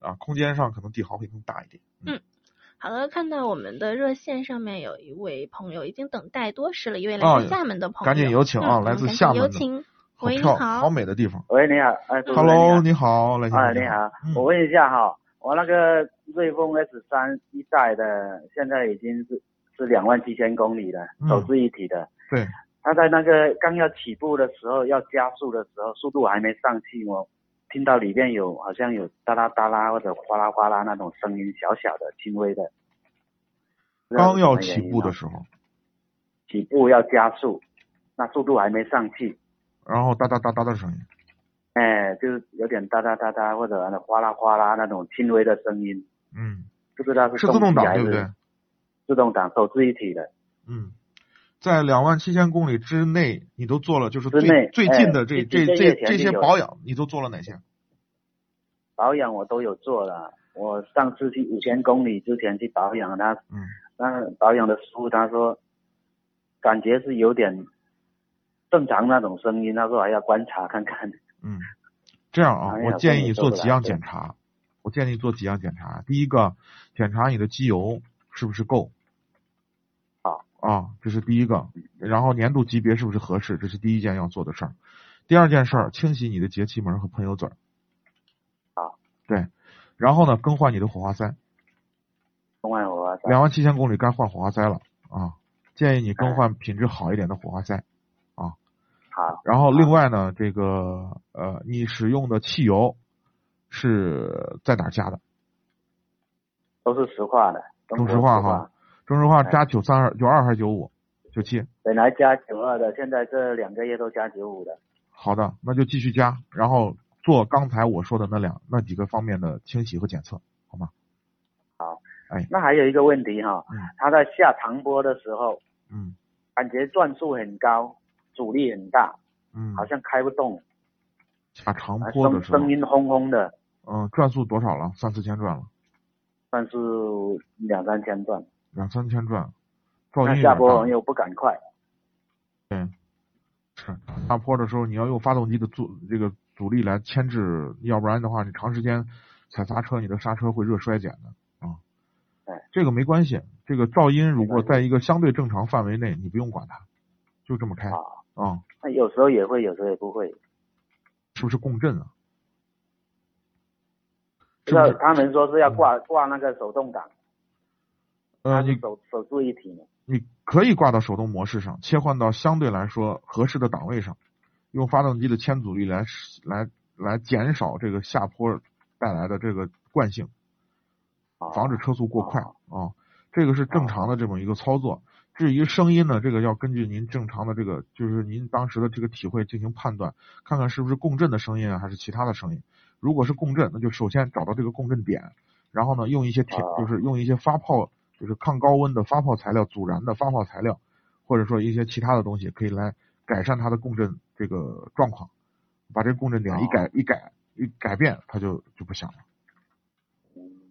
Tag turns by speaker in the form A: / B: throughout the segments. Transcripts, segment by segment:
A: 啊，空间上可能帝豪会更大一点。嗯
B: 嗯好了，看到我们的热线上面有一位朋友已经等待多时了，一位
A: 啊
B: 来自厦门的朋友，
A: 赶紧有请啊
B: 嗯
A: 来自
B: 赶紧
A: 厦门
B: 有
A: 的
B: 请。
A: 好
B: 喂，你
A: 漂
B: 好，嗯
A: 亮，好美的地方。
C: 喂，你好，哎，主持人
A: Hello，你好，来先
C: 哎，
A: 生。
C: 你好
A: 嗯，
C: 我问一下哈，我那个瑞风 S 三一代的，现在已经是是两万七千公里了
A: 嗯，
C: 手自一体的。
A: 对，
C: 它在那个刚要起步的时候，要加速的时候，速度还没上去，我听到里面有好像有哒啦哒啦或者哗啦哗啦那种声音，小小的、轻微的。不知道
A: 刚
C: 是什
A: 要
C: 么
A: 起
C: 原因
A: 步的
C: 啊
A: 时候，
C: 起步要加速，那速度还没上去，
A: 然后哒哒哒哒的声音。
C: 哎，就是有点哒哒哒哒或者那哗啦哗啦那种轻微的声音，
A: 嗯，
C: 不知道是
A: 是自动
C: 气
A: 挡
C: 还
A: 对
C: 是
A: 不对？
C: 自动挡手自一体的，
A: 嗯，在两万七千公里之内，你都做了就是
C: 之
A: 最
C: 内
A: 最
C: 哎
A: 近的这
C: 一
A: 这
C: 一个
A: 这
C: 月前
A: 这
C: 就
A: 些
C: 有
A: 保养，你都做了哪些？
C: 保养我都有做了。我上次去五千公里之前去保养，他
A: 嗯，
C: 那保养的师傅他说，感觉是有点正常那种声音，他说还要观察看看。
A: 嗯，这样啊
C: 哎，呀
A: 我建议你
C: 这个
A: 做
C: 做不
A: 几
C: 来
A: 样
C: 对
A: 检查。我建议你做几样检查。第一个，检查你的机油是不是够。
C: 好。嗯
A: 啊，这是第一个。然后粘度级别是不是合适，这是第一件要做的事儿。第二件事儿，清洗你的节气门和喷油嘴儿。
C: 好。
A: 对，然后呢，更换你的火花塞。
C: 另外我啊
A: 两万七千公里该换火花塞了啊，建议你
C: 哎
A: 更换品质好一点的火花塞。
C: 好，
A: 然后另外呢，这个呃，你使用的汽油是在哪儿加的？
C: 都是实话的，中
A: 中
C: 国
A: 石化哈，中石化
C: 哎
A: 加九三二、九二还是九五、九七？
C: 本来加九二的，现在这两个月都加九五的。
A: 好的，那就继续加，然后做刚才我说的那两那几个方面的清洗和检测。
C: 那还有一个问题哈
A: 嗯，
C: 他在下长波的时候，
A: 嗯
C: 感觉转速很高，阻力很大，
A: 嗯，
C: 好像开不动，
A: 下长
C: 啊
A: 坡的
C: 声
A: 时候，
C: 声音轰轰的，
A: 嗯，转速多少了？三四千转了，
C: 但是两三千转。
A: 两三千转，噪
C: 那
A: 音有
C: 下
A: 点
C: 坡
A: 大。
C: 又不赶快，
A: 是啊下坡的时候，你要用发动机的阻这个阻力来牵制，要不然的话，你长时间踩刹车，你的刹车会热衰减的啊。
C: 哎，
A: 这个没关系，这个噪音如
C: 没
A: 果
C: 关系
A: 在一个相对正常范围内，你不用管它，就这么开啊
C: 好、那有时候也会，有时候也不会。
A: 是不是共振啊？
C: 知道他们说是要挂挂那个手动挡，
A: 嗯呃，
C: 它是
A: 你
C: 手手自一体嘛。
A: 你可以挂到手动模式上，切换到相对来说合适的档位上，用发动机的牵阻力来来来减少这个下坡带来的这个惯性。
C: 啊
A: 防止车速过快
C: 哦
A: 啊。这个是正常的这么一个操作。至于声音呢，这个要根据您正常的这个，就是您当时的这个体会进行判断，看看是不是共振的声音啊，还是其他的声音。如果是共振，那就首先找到这个共振点，然后呢，用一些铁，
C: 啊
A: 就是用一些发泡，就是抗高温的发泡材料、阻燃的发泡材料，或者说一些其他的东西，可以来改善它的共振这个状况。把这个共振点一
C: 哦
A: 改一改一改变，它就就不响了。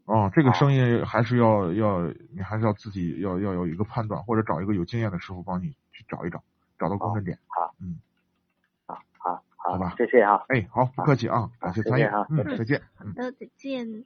A: 哦，这个声音还是要要，你还是要自己要要有一个判断，或者找一个有经验的师傅帮你去找一找，找到共振点。
C: 好
A: 好吧
C: 好，谢谢哈。
A: 哎，好，不客气啊，感谢
C: 再
A: 参与
C: 见啊，
A: 嗯
C: 再，见
A: 再见，嗯。
B: 好的，再见。